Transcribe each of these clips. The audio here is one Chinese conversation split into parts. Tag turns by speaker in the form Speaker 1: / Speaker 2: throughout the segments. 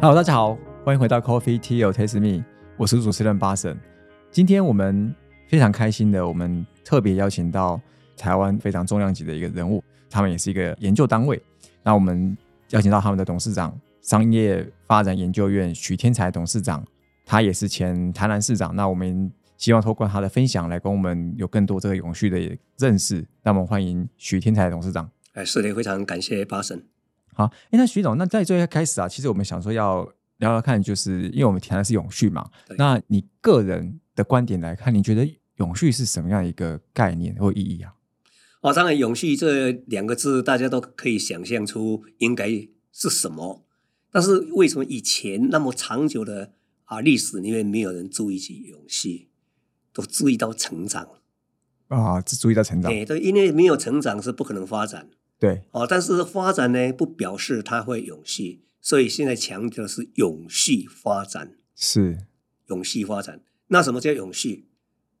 Speaker 1: Hello，大家好，欢迎回到 Coffee Tea or Taste Me，我是主持人巴神。今天我们非常开心的，我们特别邀请到台湾非常重量级的一个人物，他们也是一个研究单位。那我们邀请到他们的董事长，商业发展研究院许天才董事长，他也是前台南市长。那我们希望透过他的分享，来跟我们有更多这个永续的认识。那我们欢迎许天才董事长。
Speaker 2: 哎，是的，非常感谢巴神。
Speaker 1: 好，哎、那徐总，那在最开始啊，其实我们想说要聊聊看，就是因为我们谈的是永续嘛
Speaker 2: 对。
Speaker 1: 那你个人的观点来看，你觉得永续是什么样一个概念或意义啊？
Speaker 2: 哦，当然，永续这两个字大家都可以想象出应该是什么，但是为什么以前那么长久的啊历史里面没有人注意起永续，都注意到成长？嗯
Speaker 1: 啊，只注意到成长，
Speaker 2: 哎，对，因为没有成长是不可能发展
Speaker 1: 对，
Speaker 2: 哦。但是发展呢，不表示它会永续，所以现在强调的是永续发展。
Speaker 1: 是，
Speaker 2: 永续发展。那什么叫永续？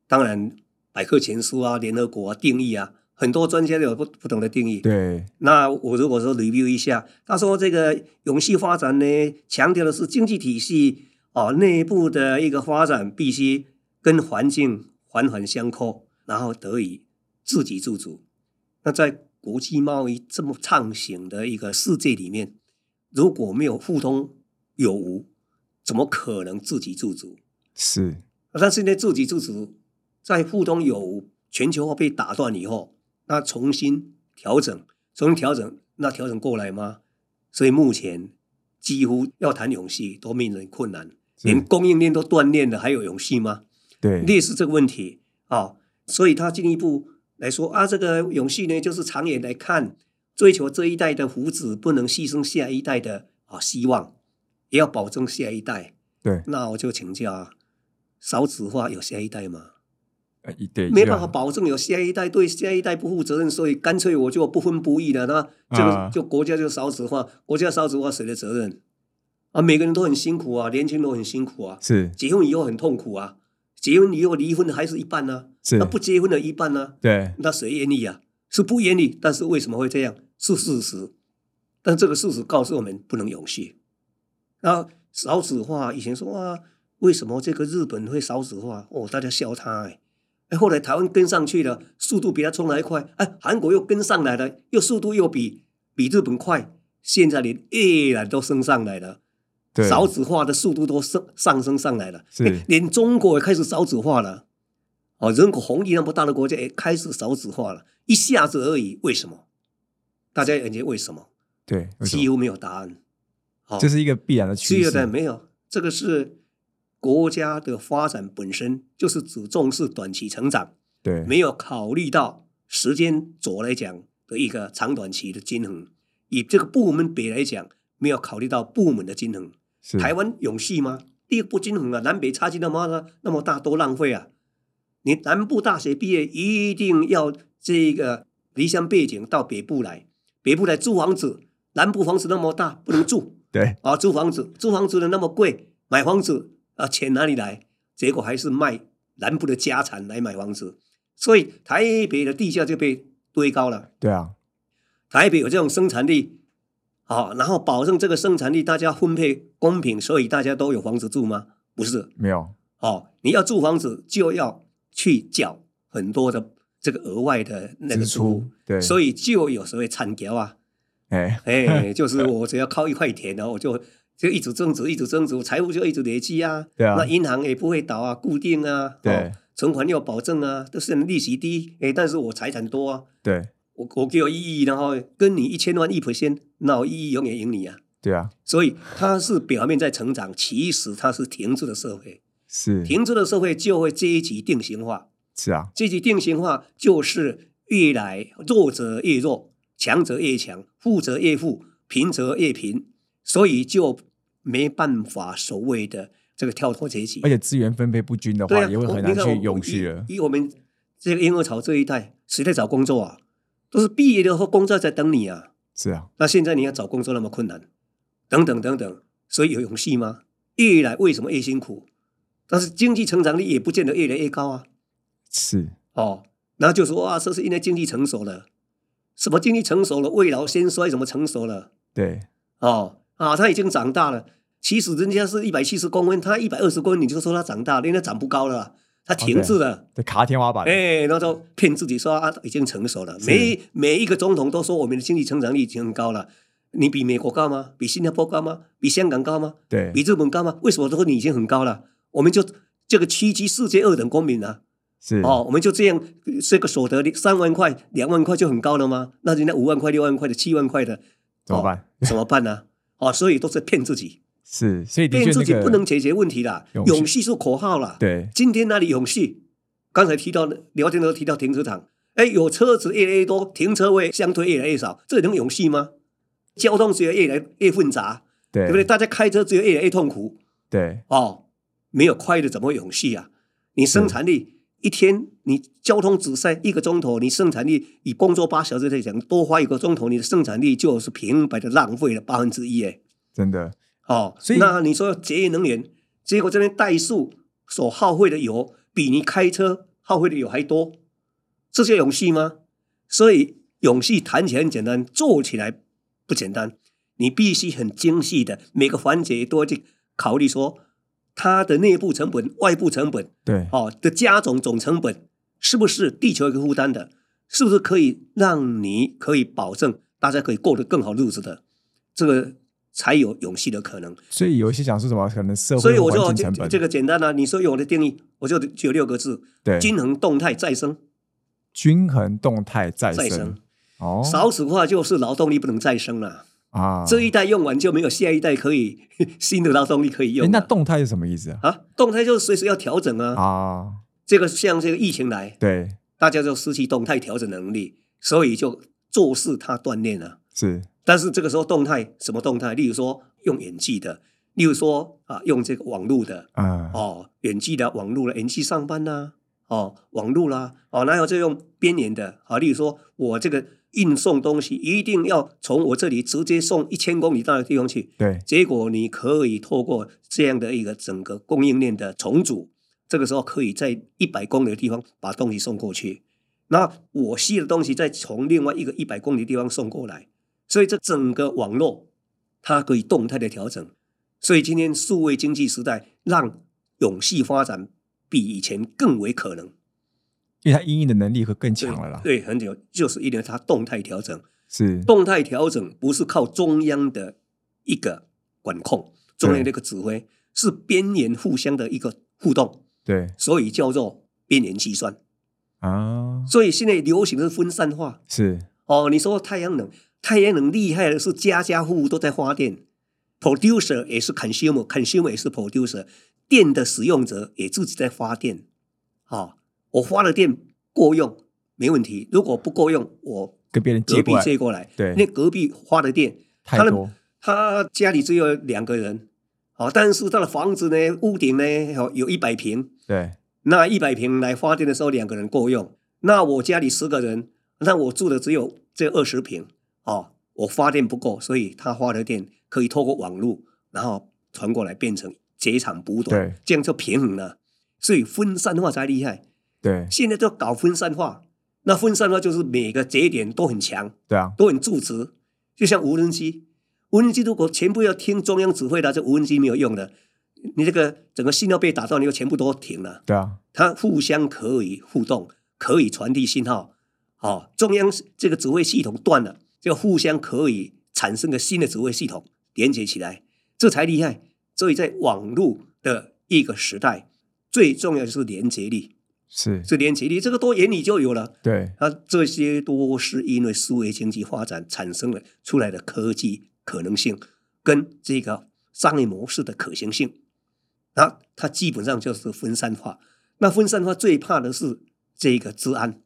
Speaker 2: 当然，百科全书啊、联合国啊定义啊，很多专家都有不不同的定义。
Speaker 1: 对，
Speaker 2: 那我如果说 review 一下，他说这个永续发展呢，强调的是经济体系哦内部的一个发展必须跟环境环环相扣，然后得以自给自足。那在国际贸易这么畅行的一个世界里面，如果没有互通有无，怎么可能自给自足？
Speaker 1: 是，
Speaker 2: 但是呢，自给自足在互通有无、全球化被打断以后，那重新调整，重新调整，那调整过来吗？所以目前几乎要谈永续都面临困难，
Speaker 1: 是
Speaker 2: 连供应链都断裂了，还有永续吗？
Speaker 1: 对，
Speaker 2: 类似这个问题啊、所以他进一步来说啊，这个永续呢，就是长远来看，追求这一代的福祉，不能牺牲下一代的啊希望，也要保证下一代。
Speaker 1: 对，
Speaker 2: 那我就请教啊，少子化有下一代吗？
Speaker 1: 呃一对，
Speaker 2: 没
Speaker 1: 一
Speaker 2: 办
Speaker 1: 样
Speaker 2: 法保证有下一代，对下一代不负责任，所以干脆我就不婚不育了。那这
Speaker 1: 啊
Speaker 2: 个就国家就少子化，国家少子化谁的责任？啊，每个人都很辛苦啊，年轻人都很辛苦啊，
Speaker 1: 是
Speaker 2: 结婚以后很痛苦啊，结婚以后离婚还是一半呢、
Speaker 1: 是
Speaker 2: 那，不结婚的一半啊呢、
Speaker 1: 对，
Speaker 2: 那谁愿意啊？是不愿意，但是为什么会这样？是事实，但这个事实告诉我们不能永续。那少子化，以前说啊，为什么这个日本会少子化？哦，大家笑他哎、哎，后来台湾跟上去了，速度比他冲来快，哎，韩国又跟上来了，又速度又比比日本快，现在连越南都升上来了。
Speaker 1: 对，
Speaker 2: 少子化的速度都上上升上来了，
Speaker 1: 是
Speaker 2: 诶连中国也开始少子化了。哦，人口红利那么大的国家也哎开始少子化了，一下子而已。为什么？大家也觉得为什么？
Speaker 1: 对，为什么
Speaker 2: 几乎没有答案。哦好、
Speaker 1: 这是一个必然的
Speaker 2: 只
Speaker 1: 趋
Speaker 2: 有的
Speaker 1: 势，
Speaker 2: 没有，这个是国家的发展本身就是只重视短期成长，
Speaker 1: 对，
Speaker 2: 没有考虑到时间轴来讲的一个长短期的均衡。以这个部门比来讲，没有考虑到部门的均衡。
Speaker 1: 是
Speaker 2: 台湾永续吗？第一个不均衡啊，南北差距那么大那么大，多浪费啊！你南部大学毕业一定要这个离乡背景到北部来，北部来租房子，南部房子那么大不能住
Speaker 1: 对，
Speaker 2: 啊，租房子租房子的那么贵，买房子啊钱哪里来？结果还是卖南部的家产来买房子，所以台北的地价就被堆高了。
Speaker 1: 对啊，
Speaker 2: 台北有这种生产力，好、然后保证这个生产力大家分配公平，所以大家都有房子住吗？不是，
Speaker 1: 没有，
Speaker 2: 哦，你要住房子就要去缴很多的这个额外的那个
Speaker 1: 支出，对，
Speaker 2: 所
Speaker 1: 以，
Speaker 2: 以就有所谓产 条啊，
Speaker 1: 哎，
Speaker 2: 哎，就是我只要靠一块田啊呢，我就就一直增值，一直增值，财富就一直累积啊，
Speaker 1: 对啊
Speaker 2: 那银行也不会倒啊，固定啊，
Speaker 1: 对
Speaker 2: 哦，存款要保证啊，都是利息低，哎，但是我财产多啊，
Speaker 1: 对，
Speaker 2: 我我给有意义，然后跟你一千万一 percent，那我意义永远赢你啊！
Speaker 1: 对啊，
Speaker 2: 所以它是表面在成长，其实它是停滞的社会。
Speaker 1: 是，
Speaker 2: 停滞的社会就会阶级定型化，
Speaker 1: 是啊，
Speaker 2: 阶级定型化就是越来弱者越弱，强者越强，富者越富，贫者越贫，所以就没办法所谓的这个跳脱阶级
Speaker 1: 而。且资源分配不均的
Speaker 2: 对
Speaker 1: 话，
Speaker 2: 啊，
Speaker 1: 也会
Speaker 2: 我
Speaker 1: 很
Speaker 2: 你
Speaker 1: 难
Speaker 2: 看我
Speaker 1: 去永续啊了。
Speaker 2: 以以我们这个婴儿潮这一代，谁在找工作啊？都是毕业了后工作在等你啊。
Speaker 1: 是啊，
Speaker 2: 那现在你要找工作那么困难，等等等等，所以有勇气吗？越来为什么越辛苦？但是经济成长率也不见得越来越高啊。
Speaker 1: 是，
Speaker 2: 哦，然后就说啊，这是因为经济成熟了，什么经济成熟了，未老先衰，什么成熟了？
Speaker 1: 对，
Speaker 2: 哦啊，他已经长大了。其实人家是一百七十公分，他一百二十公分，你就说他长大了，因为他长不高了，他停滞了。
Speaker 1: 对，卡天花板。
Speaker 2: 哎，那就骗自己说啊，已经成熟了。
Speaker 1: 是
Speaker 2: 每每一个总统都说我们的经济成长率已经很高了。你比美国高吗？比新加坡高吗？比香港高吗？
Speaker 1: 对
Speaker 2: 比，日本高吗？为什么都说你已经很高了？我们就这个区级世界二等公民啊！
Speaker 1: 是
Speaker 2: 哦，我们就这样，这个所得的三万块、两万块就很高了吗？那人家五万块、六万块的、七万块的
Speaker 1: 怎么办？
Speaker 2: 怎么办呢、哦，所以都是骗自己，
Speaker 1: 是，所以的确
Speaker 2: 骗自己
Speaker 1: 那个
Speaker 2: 不能解决问题啦。
Speaker 1: 勇气
Speaker 2: 勇气是口号啦。
Speaker 1: 对
Speaker 2: 今天那里勇气，刚才提到聊天的时候提到停车场，哎，有车子越来越多，停车位相对越来越少，这能勇气吗？交通只有越来越混杂，
Speaker 1: 对
Speaker 2: 对不对？大家开车只有越来越痛苦
Speaker 1: 对
Speaker 2: 哦，没有快乐怎么会勇气啊？你生产力一天，你交通只塞一个钟头，你生产力以工作八小时来讲，多花一个钟头，你的生产力就是平白的浪费了八分之一哎。
Speaker 1: 真的
Speaker 2: 哦，
Speaker 1: 所以
Speaker 2: 那你说节约能源，结果这边怠速所耗费的油比你开车耗费的油还多，这叫勇气吗？所以勇气谈起来很简单，做起来不简单。你必须很精细的每个环节都要去考虑说它的内部成本、外部成本，
Speaker 1: 对
Speaker 2: 哦的加总总成本是不是地球一个负担的？是不是可以让你可以保证大家可以过得更好日子的？这个才有勇气的可能。
Speaker 1: 所以有一些讲说什么可能社
Speaker 2: 所以
Speaker 1: 会
Speaker 2: 我
Speaker 1: 环
Speaker 2: 就
Speaker 1: 境成
Speaker 2: 这
Speaker 1: 本，
Speaker 2: 这个简单啊，你说有我的定义，我就只有六个字：
Speaker 1: 对
Speaker 2: 均衡动态再生。
Speaker 1: 均衡动态再
Speaker 2: 再
Speaker 1: 生
Speaker 2: 生
Speaker 1: 哦
Speaker 2: 少子化就是劳动力不能再生了，
Speaker 1: 啊，
Speaker 2: 这一代用完就没有下一代可以 新的劳动力可以
Speaker 1: 诶
Speaker 2: 用
Speaker 1: 那
Speaker 2: 了。
Speaker 1: 动态是什么意思啊？
Speaker 2: 啊，动态就是随时要调整啊。
Speaker 1: 啊，
Speaker 2: 这个像这个疫情来，
Speaker 1: 对，
Speaker 2: 大家就失去动态调整能力，所以就做事他锻炼了。
Speaker 1: 是
Speaker 2: 但是这个时候动态什么动态？例如说用演技的，例如说啊用这个网络的
Speaker 1: 嗯，
Speaker 2: 哦，演技的网络了，演技上班呐、哦网络啦、哦哪有这用编年的啊？例如说我这个运送东西一定要从我这里直接送一千公里到的地方去，
Speaker 1: 对
Speaker 2: 结果你可以透过这样的一个整个供应链的重组，这个时候可以在一百公里的地方把东西送过去，那我需要的东西再从另外一个一百公里的地方送过来，所以这整个网络它可以动态的调整。所以今天数位经济时代，让永续发展比以前更为可能。
Speaker 1: 因为它阴影的能力会更强了啦，
Speaker 2: 对，很久就是因为它动态调整，
Speaker 1: 是
Speaker 2: 动态调整不是靠中央的一个管控，中央的一个指挥，是边缘互相的一个互动，
Speaker 1: 对
Speaker 2: 所以叫做边缘计算。
Speaker 1: 啊，
Speaker 2: 所以现在流行的是分散化
Speaker 1: 是
Speaker 2: 哦。你说太阳能，太阳能厉害的是家家户户都在发电，producer 也是 consumer，consumer 也是 producer，电的使用者也自己在发电。哦，我发的电够用没问题，如果不够用，我
Speaker 1: 跟别人
Speaker 2: 隔
Speaker 1: 接
Speaker 2: 壁
Speaker 1: 过来，
Speaker 2: 借过来，
Speaker 1: 对
Speaker 2: 那隔壁花的电，
Speaker 1: 太
Speaker 2: 他的
Speaker 1: 多
Speaker 2: 他家里只有两个人，哦，但是他的房子呢，屋顶呢，哦，有一百平，
Speaker 1: 对
Speaker 2: 那一百平来发电的时候两个人够用，那我家里十个人，那我住的只有这二十平，哦，我发电不够，所以他发的电可以透过网络，然后传过来变成截长补短
Speaker 1: 对，
Speaker 2: 这样就平衡了，所以分散化才厉害。
Speaker 1: 对
Speaker 2: 现在都搞分散化，那分散化就是每个节点都很强，
Speaker 1: 对啊，
Speaker 2: 都很驻足，就像无人机，无人机如果全部要听中央指挥的，这无人机没有用的。你这个整个信号被打断，你就全部都停了。
Speaker 1: 对啊，
Speaker 2: 它互相可以互动，可以传递信号。哦，中央这个指挥系统断了，就互相可以产生个新的指挥系统连接起来，这才厉害。所以在网络的一个时代，最重要就是连接力，
Speaker 1: 是
Speaker 2: 是连接力，这个多眼里就有了。
Speaker 1: 对
Speaker 2: 那这些都是因为数位经济发展产生了出来的科技可能性跟这个商业模式的可行性。那它基本上就是分散化。那分散化最怕的是这个治安，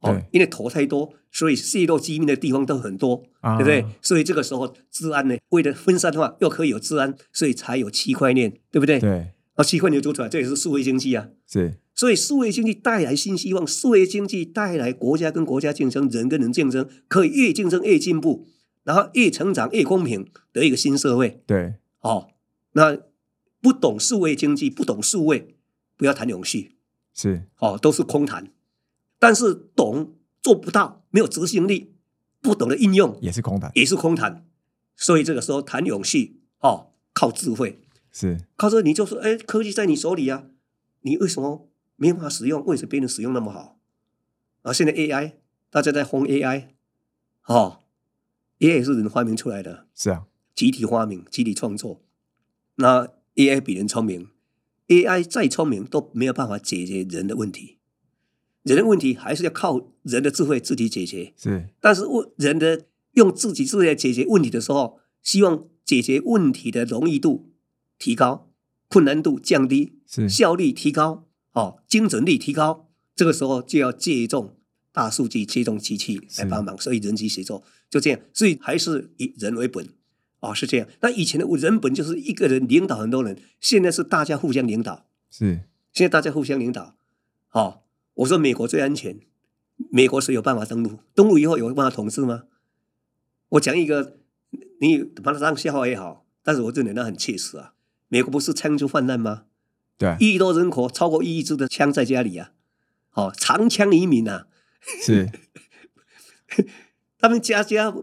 Speaker 2: 哦
Speaker 1: 对，
Speaker 2: 因为头太多，所以泄露机密的地方都很多，
Speaker 1: 啊，
Speaker 2: 对不对？所以这个时候治安呢，为了分散化又可以有治安，所以才有区块链，对不对？
Speaker 1: 对
Speaker 2: 啊，区块链做出来，这也是数位经济啊。
Speaker 1: 是
Speaker 2: 所以数位经济带来新希望，数位经济带来国家跟国家竞争，人跟人竞争，可以越竞争越进步，然后越成长越公平的一个新社会。
Speaker 1: 对
Speaker 2: 哦，那不懂数位经济，不懂数位，不要谈永续，
Speaker 1: 是
Speaker 2: 哦，都是空谈。但是懂做不到，没有执行力，不懂得应用
Speaker 1: 也是空谈，
Speaker 2: 也是空谈。所以这个时候谈永续，哦，靠智慧。
Speaker 1: 是
Speaker 2: 靠这你就说，哎，科技在你手里啊，你为什么没办法使用？为什么别人使用那么好？啊，现在 AI 大家在轰 AI，哦，AI 也是人发明出来的，
Speaker 1: 是啊，
Speaker 2: 集体发明、集体创作。那 AI 比人聪明，AI 再聪明都没有办法解决人的问题，人的问题还是要靠人的智慧自己解决。
Speaker 1: 是
Speaker 2: 但是问人的用自己智慧来解决问题的时候，希望解决问题的容易度提高，困难度降低，
Speaker 1: 是
Speaker 2: 效率提高，哦，精准力提高。这个时候就要借重大数据、借重机器来帮忙，所以人机协作就这样，所以还是以人为本。哦，是这样。那以前的人本就是一个人领导很多人，现在是大家互相领导。
Speaker 1: 是
Speaker 2: 现在大家互相领导，好、我说美国最安全，美国谁有办法登陆？登陆以后有办法统治吗？我讲一个，你把它当笑话也好，但是我认为那很切实啊。美国不是枪支泛滥吗？
Speaker 1: 对，
Speaker 2: 一亿多人口，超过一亿支的枪在家里啊，好、长枪移民啊，
Speaker 1: 是
Speaker 2: 他们家家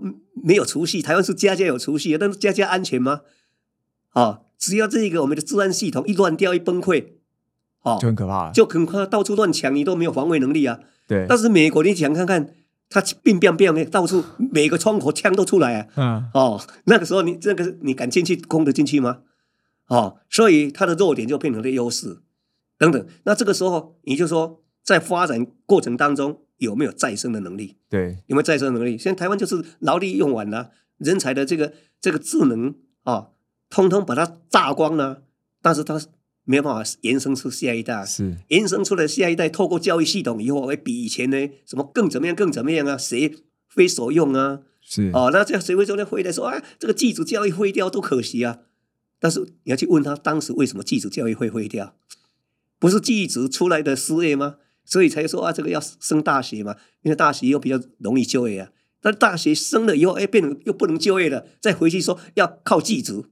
Speaker 2: 没有储蓄，台湾是家家有储蓄，但是家家安全吗？哦，只要这个我们的治安系统一乱掉、一崩溃，哦，
Speaker 1: 就很可怕了。
Speaker 2: 就很快到处乱抢，你都没有防卫能力啊。
Speaker 1: 对，
Speaker 2: 但是美国，你想看看，他病病病的，到处每个窗口枪都出来啊。
Speaker 1: 嗯，
Speaker 2: 哦，那个时候你这个你敢进去攻得进去吗？哦，所以他的弱点就变成了优势，等等。那这个时候你就说，在发展过程当中有没有再生的能力？
Speaker 1: 对，
Speaker 2: 有没有再生能力？现在台湾就是劳力用完了、人才的这个这个智能啊，通通把它榨光了、但是它没有办法延伸出下一代，
Speaker 1: 是
Speaker 2: 延伸出来下一代，透过教育系统以后，会比以前呢什么更怎么样更怎么样啊？谁非所用啊？
Speaker 1: 是
Speaker 2: 哦，那这样谁会说呢？回来说啊，这个技术教育废掉多可惜啊！但是你要去问他当时为什么技术教育会废掉，不是技术出来的失业吗？所以才说啊，这个要升大学嘛，因为大学又比较容易就业啊。但大学升了以后，哎，变成又不能就业了，再回去说要靠技术，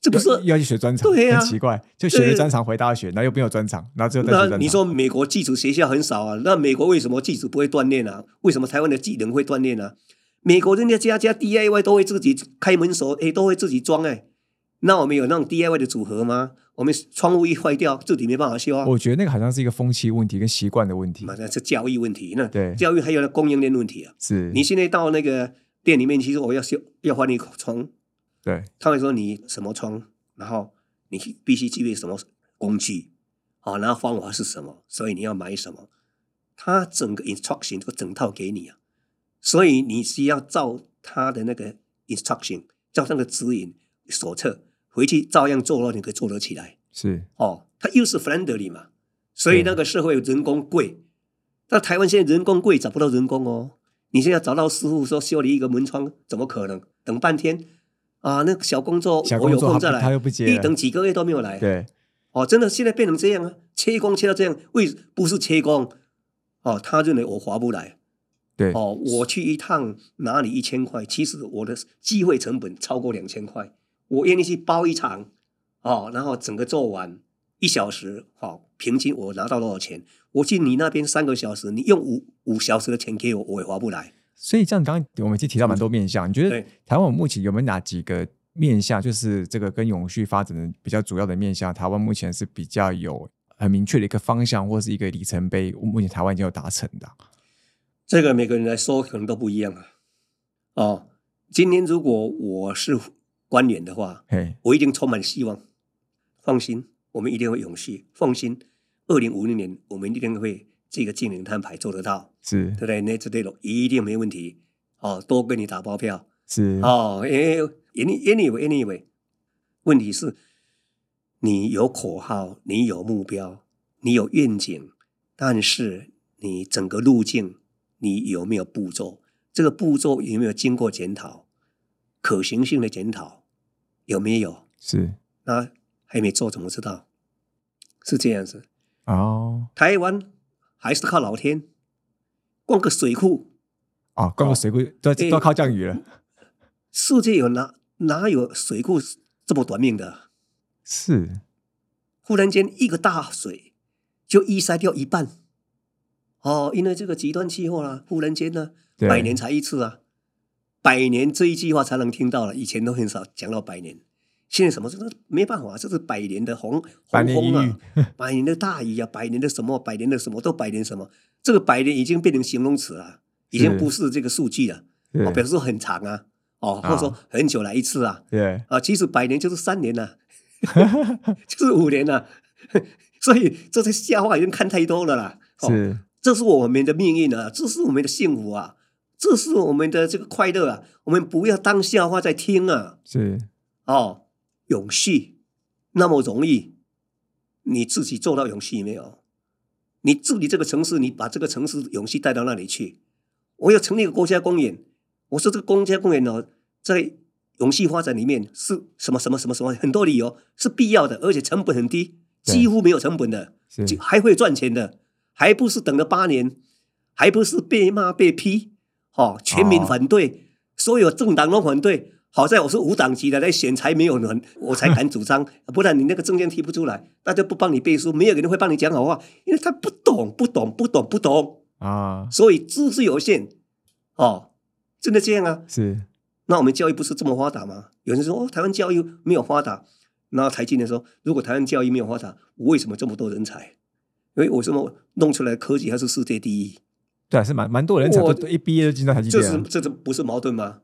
Speaker 2: 这不是
Speaker 1: 要要去学专长，
Speaker 2: 对啊
Speaker 1: 很奇怪，就学了专长回大学，然后又没有专长，然后最后再学专
Speaker 2: 那
Speaker 1: 长。
Speaker 2: 你说美国技术学校很少啊？那美国为什么技术不会锻炼啊？为什么台湾的技能会锻炼啊？美国人家家家 DIY 都会自己开门锁，哎，都会自己装哎、那我们有那种 DIY 的组合吗？我们窗户一坏掉，自己没办法修啊。
Speaker 1: 我觉得那个好像是一个风气问题跟习惯的问题
Speaker 2: 嘛，，那是教育问题。那
Speaker 1: 对
Speaker 2: 教育还有那供应链问题啊。
Speaker 1: 是，
Speaker 2: 你现在到那个店里面，其实我要修要换一口窗，
Speaker 1: 对
Speaker 2: 他会说你什么窗，然后你必须具备什么工具，啊，然后方法是什么，所以你要买什么，他整个 instruction 这个整套给你啊，所以你需要照他的那个 instruction，照那个指引手册回去照样做了，你可以做得起来
Speaker 1: 是
Speaker 2: 哦。他又是 friendly 嘛，所以那个社会人工贵，那台湾现在人工贵，找不到人工哦。你现在找到师傅说修理一个门窗，怎么可能？等半天啊，那个小工作
Speaker 1: 小
Speaker 2: 我
Speaker 1: 工
Speaker 2: 有
Speaker 1: 作
Speaker 2: 空
Speaker 1: 他
Speaker 2: 再
Speaker 1: 不他
Speaker 2: 来
Speaker 1: 又，不接
Speaker 2: 一
Speaker 1: 了，
Speaker 2: 等几个月都没有来。
Speaker 1: 对
Speaker 2: 哦，真的现在变成这样啊，切工切到这样，为不是切工哦，他认为我划不来
Speaker 1: 对
Speaker 2: 哦，我去一趟拿你一千块，其实我的机会成本超过两千块，我愿意去包一场哦，然后整个做完一小时，好、平均我拿到多少钱？我去你那边三个小时，你用五五小时的钱给我，我也划不来。
Speaker 1: 所以这样，刚刚我们已经提到蛮多面向，你觉得
Speaker 2: 对
Speaker 1: 台湾目前有没有哪几个面向，就是这个跟永续发展的比较主要的面向？台湾目前是比较有很明确的一个方向，或是一个里程碑，目前台湾已经有达成的啊。
Speaker 2: 这个每个人来说可能都不一样啊。哦，今天如果我是官员的话，
Speaker 1: 嘿，
Speaker 2: 我一定充满希望。放心，我们一定会永续。放心，二零五零年我们一定会这个净零碳排做得到，
Speaker 1: 是
Speaker 2: 对不对？那这对了，一定没问题。哦，多跟你打包票。
Speaker 1: 是，
Speaker 2: 哦，因为 any anyway anyway，问题是，你有口号，你有目标，你有愿景，但是你整个路径，你有没有步骤？这个步骤有没有经过检讨？可行性的检讨有没有？
Speaker 1: 是
Speaker 2: 那还没做怎么知道？是这样子，
Speaker 1: 哦
Speaker 2: 台湾还是靠老天，光个水库，
Speaker 1: 哦，灌过水库都要都要靠降雨了，
Speaker 2: 世界有哪哪有水库这么短命的啊、
Speaker 1: 是
Speaker 2: 忽然间一个大水就一塞掉一半。哦，因为这个极端气候啦、忽然间呢、
Speaker 1: 对
Speaker 2: 百年才一次啊，百年这一句话才能听到了，以前都很少讲到百年，现在什么这个没办法，这是百年的洪
Speaker 1: 百年
Speaker 2: 洪
Speaker 1: 一
Speaker 2: 峰
Speaker 1: 遇
Speaker 2: 啊，百年的大雨啊，百年的什么，百年的什么都百年什么，这个百年已经变成形容词了，已
Speaker 1: 是
Speaker 2: 经不是这个数据了，
Speaker 1: 对
Speaker 2: 哦，表示说很长啊，哦，或者说很久来一次啊，
Speaker 1: 对，
Speaker 2: 啊，其实百年就是三年呐、 就是五年呐、 所以这些笑话已经看太多了啦。哦，
Speaker 1: 是
Speaker 2: 这是我们的命运啊，这是我们的幸福啊，这是我们的这个快乐啊，我们不要当笑话在听啊。
Speaker 1: 是
Speaker 2: 哦，勇气那么容易，你自己做到勇气没有？你治理这个城市，你把这个城市勇气带到那里去。我要成立一个国家公园，我说这个国家公园哦，在永续发展里面是什么什么什么什么很多理由是必要的，而且成本很低，
Speaker 1: 对
Speaker 2: 几乎没有成本的，
Speaker 1: 是
Speaker 2: 就还会赚钱的，还不是等了八年，还不是被骂被批，哦，全民
Speaker 1: 哦
Speaker 2: 反对，所有政党都反对。好在我是无党籍的，在选才没有人，我才敢主张，不然你那个证件提不出来，大家不帮你背书，没有人会帮你讲好话，因为他不懂，不懂，不懂，不懂，
Speaker 1: 啊，
Speaker 2: 所以知之有限，哦，真的这样啊？
Speaker 1: 是
Speaker 2: 那我们教育不是这么发达吗？有人说哦，台湾教育没有发达。那台积电说，如果台湾教育没有发达，我为什么这么多人才？因为为什么弄出来的科技还是世界第一？
Speaker 1: 对啊，是蛮蛮多人才都
Speaker 2: 我
Speaker 1: 都一毕业就进到台积
Speaker 2: 这
Speaker 1: 电啊
Speaker 2: 是
Speaker 1: 了，
Speaker 2: 这是不是矛盾吗？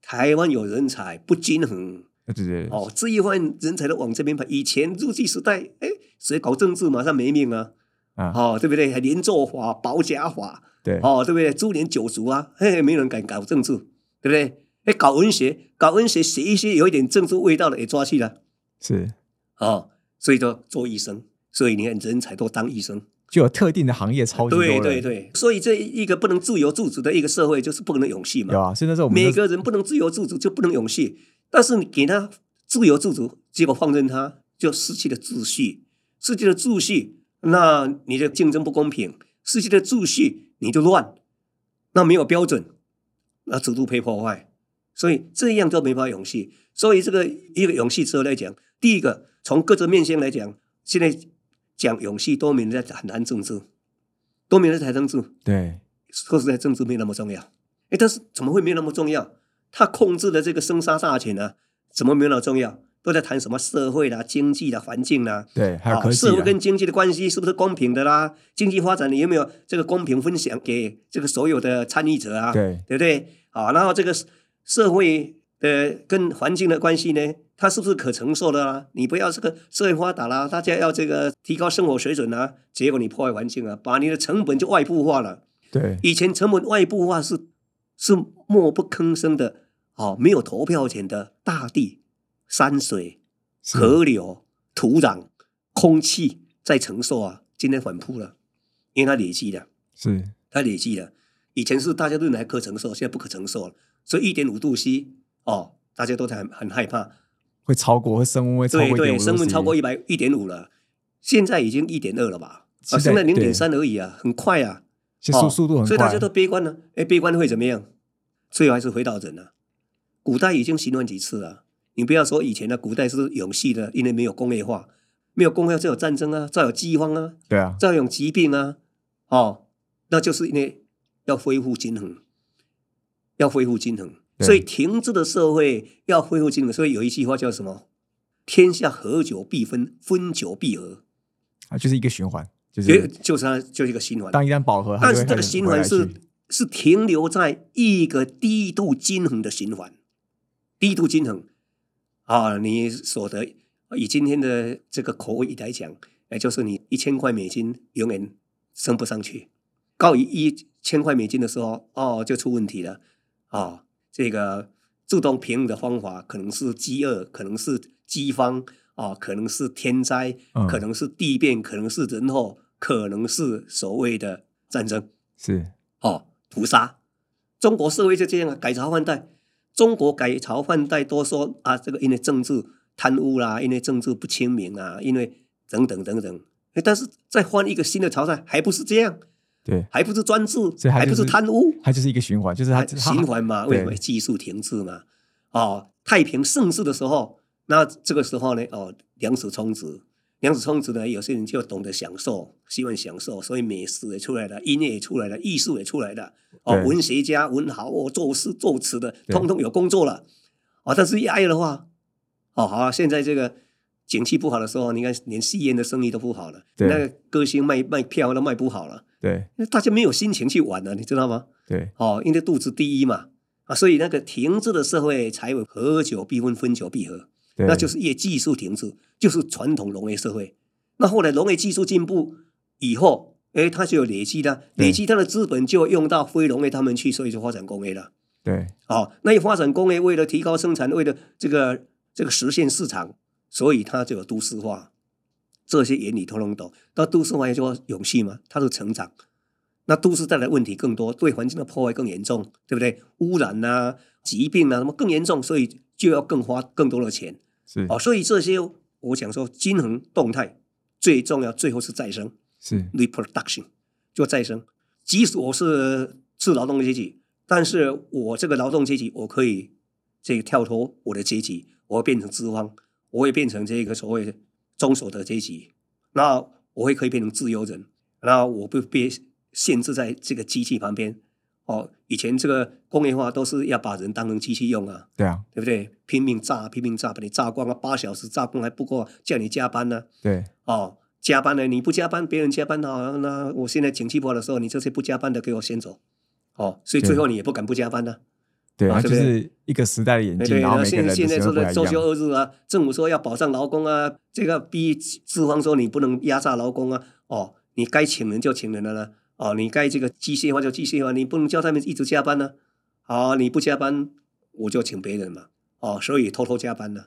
Speaker 2: 台湾有人才不均衡
Speaker 1: 对对对，
Speaker 2: 哦，这一换人才都往这边跑。以前入籍时代，哎，谁搞政治马上没命啊！
Speaker 1: 啊，
Speaker 2: 哦，对不对？还连坐法、保甲法，
Speaker 1: 对，
Speaker 2: 哦，对不对？株连九族啊，嘿，没有人敢搞政治，对不对？哎，搞文学，搞文学写一些有一点政治味道的也抓去了，
Speaker 1: 是
Speaker 2: 哦，所以就做医生，所以你看人才都当医生，
Speaker 1: 就有特定的行业超级多
Speaker 2: 对
Speaker 1: 人，
Speaker 2: 对对，所以这一个不能自由自主的一个社会，就是不能永续嘛
Speaker 1: 有，啊，所以那时候我们
Speaker 2: 每
Speaker 1: 就
Speaker 2: 个人不能自由自主就不能永续，但是你给他自由自主，结果放任他就失去了秩序，失去了秩序，那你的竞争不公平，失去了秩序你就乱，那没有标准，那制度被破坏，所以这样就没法永续。所以这个一个永续之后来讲，第一个从各个面向来讲，现在讲永续多民在很谈政治，多民在谈政治。
Speaker 1: 对
Speaker 2: 说实在，政治没那么重要。哎，但是怎么会没那么重要？他控制的这个生杀大权呢、怎么没那么重要？都在谈什么社会啦、经济啦、环境啦，
Speaker 1: 对，还有
Speaker 2: 啊
Speaker 1: 科技
Speaker 2: 社会
Speaker 1: 啊，
Speaker 2: 跟经济的关系是不是公平的啦？经济发展你有没有这个公平分享给这个所有的参与者啊？
Speaker 1: 对
Speaker 2: 对不对？啊，然后这个社会的跟环境的关系呢，它是不是可承受的啊？你不要这个社会发达啦，大家要这个提高生活水准啊，结果你破坏环境啊，把你的成本就外部化了。
Speaker 1: 对
Speaker 2: 以前成本外部化是是默不吭声的，哦，没有投票权的大地、山水、
Speaker 1: 是
Speaker 2: 河流、土壤、空气在承受啊，今天反扑了，因为它累积了，
Speaker 1: 是
Speaker 2: 它累积了。以前是大家都认为还可承受，现在不可承受了，所以一点五度 C 哦，大家都在很很害怕，
Speaker 1: 会超过，会升温会超
Speaker 2: 对
Speaker 1: 过
Speaker 2: 对，
Speaker 1: 1.5
Speaker 2: 升温超过
Speaker 1: 度
Speaker 2: 一百一点五了，现在已经一点二了吧？啊，
Speaker 1: 现在
Speaker 2: 现在零
Speaker 1: 对
Speaker 2: 点三而已啊，很快啊，
Speaker 1: C，就速
Speaker 2: 哦
Speaker 1: 速度很
Speaker 2: 所以大家
Speaker 1: 快，
Speaker 2: 都悲观了、哎，悲观会怎么样？最后还是回到人了、古代已经行完几次了，你不要说以前的古代是永续的，因为没有工业化，没有工业化就有战争啊，再有饥荒啊，
Speaker 1: 对啊，
Speaker 2: 再有疾病啊，哦，那就是因为要恢复均衡，要恢复均衡。
Speaker 1: 对
Speaker 2: 所以停滞的社会要恢复均衡，所以有一句话叫什么？天下合久必分，分久必合，
Speaker 1: 啊就是一个循环，就
Speaker 2: 也
Speaker 1: 是
Speaker 2: 就是它就是一个循环。
Speaker 1: 当一旦饱和，它
Speaker 2: 但
Speaker 1: 就是会
Speaker 2: 这
Speaker 1: 开
Speaker 2: 个
Speaker 1: 始
Speaker 2: 循
Speaker 1: 回
Speaker 2: 环
Speaker 1: 来
Speaker 2: 是
Speaker 1: 去
Speaker 2: 是停留在一个低度均衡的循环，低度均衡啊，你所得以今天的这个口味来讲，也就是你一千块美金永远升不上去，高于一千块美金的时候，哦，就出问题了啊，这个自动平衡的方法可能是饥饿，可能是饥荒。啊，可能是天灾，
Speaker 1: 嗯
Speaker 2: 可能是地变，可能是人祸，可能是所谓的战争。
Speaker 1: 是
Speaker 2: 哦，屠杀。中国社会就这样啊，改朝换代。中国改朝换代都说啊，这个因为政治贪污啦、因为政治不清明啊，因为等等等等。诶但是再换一个新的朝代，还不是这样，
Speaker 1: 对，
Speaker 2: 还不是专制，
Speaker 1: 所以它
Speaker 2: 还
Speaker 1: 就
Speaker 2: 不
Speaker 1: 是
Speaker 2: 是贪污，
Speaker 1: 它就是一个循环，就是它
Speaker 2: 还呃哎循环嘛？为什么
Speaker 1: 对
Speaker 2: 技术停滞嘛？哦，太平盛世的时候，那这个时候呢，哦，粮食充足，粮食充足呢，有些人就懂得享受，喜欢享受，所以美食也出来了，音乐也出来了，艺术也出来了，哦
Speaker 1: 对，
Speaker 2: 文学家、文豪哦，作诗作词的，
Speaker 1: 对
Speaker 2: 通通有工作了，哦，但是一挨的话，哦，好、啊，现在这个景气不好的时候，你看连戏院的生意都不好了，
Speaker 1: 对
Speaker 2: 那歌星卖卖票都卖不好了，
Speaker 1: 对
Speaker 2: 那大家没有心情去玩了，你知道吗？
Speaker 1: 对，
Speaker 2: 哦，因为肚子第一嘛，啊，所以那个停滞的社会才有合久必分，分久必合，
Speaker 1: 对
Speaker 2: 那就是业技术停滞，就是传统农业社会。那后来农业技术进步以后，哎，它就有累积了，
Speaker 1: 对
Speaker 2: 累积它的资本就用到非农业他们去，所以就发展工业了。
Speaker 1: 对
Speaker 2: 哦，那一发展工业，为了提高生产，为了这个这个实现市场，所以它就有都市化，这些原理通通懂。那都市化也就永续嘛，它是成长。那都市带来问题更多，对环境的破坏更严重，对不对？污染呐、疾病啊，什么更严重，所以就要更花更多的钱。
Speaker 1: 是
Speaker 2: 哦，所以这些我讲说均衡动态最重要，最后是再生。
Speaker 1: 是
Speaker 2: reproduction，就再生。即使我是是劳动阶级，但是我这个劳动阶级，我可以这个跳脱我的阶级，我会变成资方，我会变成这个所谓的中所得阶级，那我会可以变成自由人，那我不被限制在这个机器旁边。哦，以前这个工业化都是要把人当成机器用啊，
Speaker 1: 对啊，
Speaker 2: 对不对？拼命炸，拼命炸，把你炸光啊，八小时炸光还不够，啊叫你加班呢、
Speaker 1: 对
Speaker 2: 哦，加班呢，你不加班，别人加班啊，那我现在景气不好的时候，你这些不加班的给我先走，哦，所以最后你也不敢不加班呢、
Speaker 1: 对，啊，
Speaker 2: 啊
Speaker 1: 就
Speaker 2: 对不对哎
Speaker 1: 是一个时代的演
Speaker 2: 对
Speaker 1: 进，
Speaker 2: 对，
Speaker 1: 然后
Speaker 2: 那
Speaker 1: 每个
Speaker 2: 现
Speaker 1: 人的
Speaker 2: 现在
Speaker 1: 时候
Speaker 2: 说
Speaker 1: 不
Speaker 2: 的
Speaker 1: 太一
Speaker 2: 周休
Speaker 1: 样，
Speaker 2: 二日啊，政府说要保障劳工啊，这个逼资方说你不能压榨劳工啊，哦，你该请人就请人了呢，哦，你该这个机械化就机械化，你不能叫他们一直加班呢、啊，你不加班我就请别人嘛，哦，所以偷偷加班呢、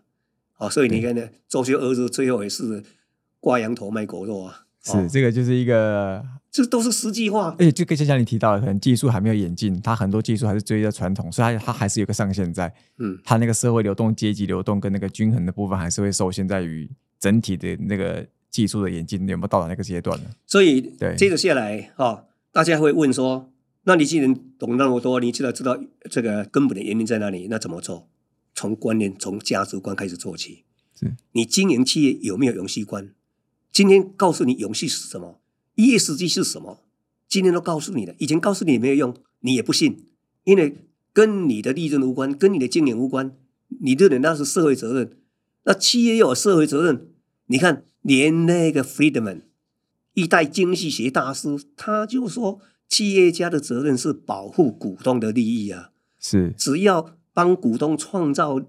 Speaker 2: 哦，所以你看呢，周休二日最后也是挂羊头卖狗肉啊，
Speaker 1: 是
Speaker 2: 哦、
Speaker 1: 这个就是一个，
Speaker 2: 这都是实际化
Speaker 1: 而。且就跟就像你提到的，可能技术还没有演进，它很多技术还是追着传统，所以它它还是有个上限在，
Speaker 2: 嗯，
Speaker 1: 它那个社会流动、阶级流动跟那个均衡的部分，还是会受限在于整体的那个技术的演进有没有到达那个阶段呢？
Speaker 2: 所以
Speaker 1: 对
Speaker 2: 接着下来哈、大家会问说，那你既然懂那么多，你既然知道这个根本的原因在哪里，那怎么做？从观念、从价值观开始做起
Speaker 1: 是。
Speaker 2: 你经营企业有没有永续观？今天告诉你永续是什么，ESG 是什么，今天都告诉你了，以前告诉你也没有用，你也不信，因为跟你的利润无关，跟你的经营无关，你认为那是社会责任，那企业要有社会责任。你看，连那个 Friedman，一代经济学大师，他就说，企业家的责任是保护股东的利益啊，
Speaker 1: 是
Speaker 2: 只要帮股东创造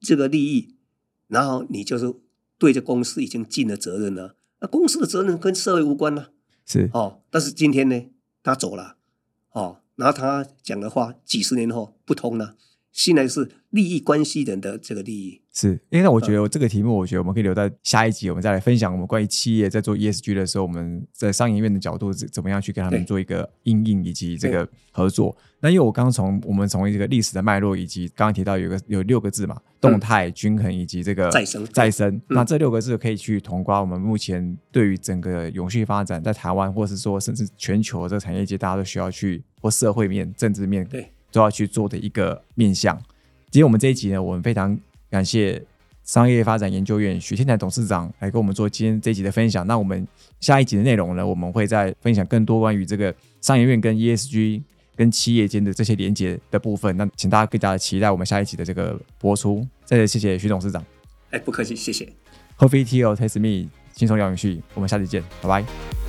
Speaker 2: 这个利益，然后你就是对这公司已经尽了责任了。那公司的责任跟社会无关了、
Speaker 1: 是，
Speaker 2: 哦，但是今天呢，他走了，哦，然后他讲的话几十年后不通了，现在是利益关系人的这个利益，
Speaker 1: 是，因为那我
Speaker 2: 嗯
Speaker 1: 觉得这个题目，我觉得我们可以留在下一集，我们再来分享我们关于企业在做 ESG 的时候，我们在商研院的角度怎怎么样去跟他们
Speaker 2: 对
Speaker 1: 做一个应应以及这个合作。那因为我刚刚从我们从这个历史的脉络以及刚刚提到有个有六个字嘛，动态、均衡以及这个
Speaker 2: 嗯再生嗯
Speaker 1: 再生。那这六个字可以去统括我们目前对于整个永续发展在台湾，或是说甚至全球这个产业界，大家都需要去或社会面、政治面
Speaker 2: 对，
Speaker 1: 都要去做的一个面向。今天我们这一集呢，我们非常感谢商业发展研究院许天才董事长来跟我们做今天这一集的分享。那我们下一集的内容呢，我们会再分享更多关于这个商研院跟 ESG 跟企业间的这些连接的部分。那请大家更加的期待我们下一集的这个播出。再次谢谢许董事长
Speaker 2: 哎，不客气，谢谢。
Speaker 1: ，Coffee Tea or Taste Me，轻松聊永续，我们下期见，拜拜。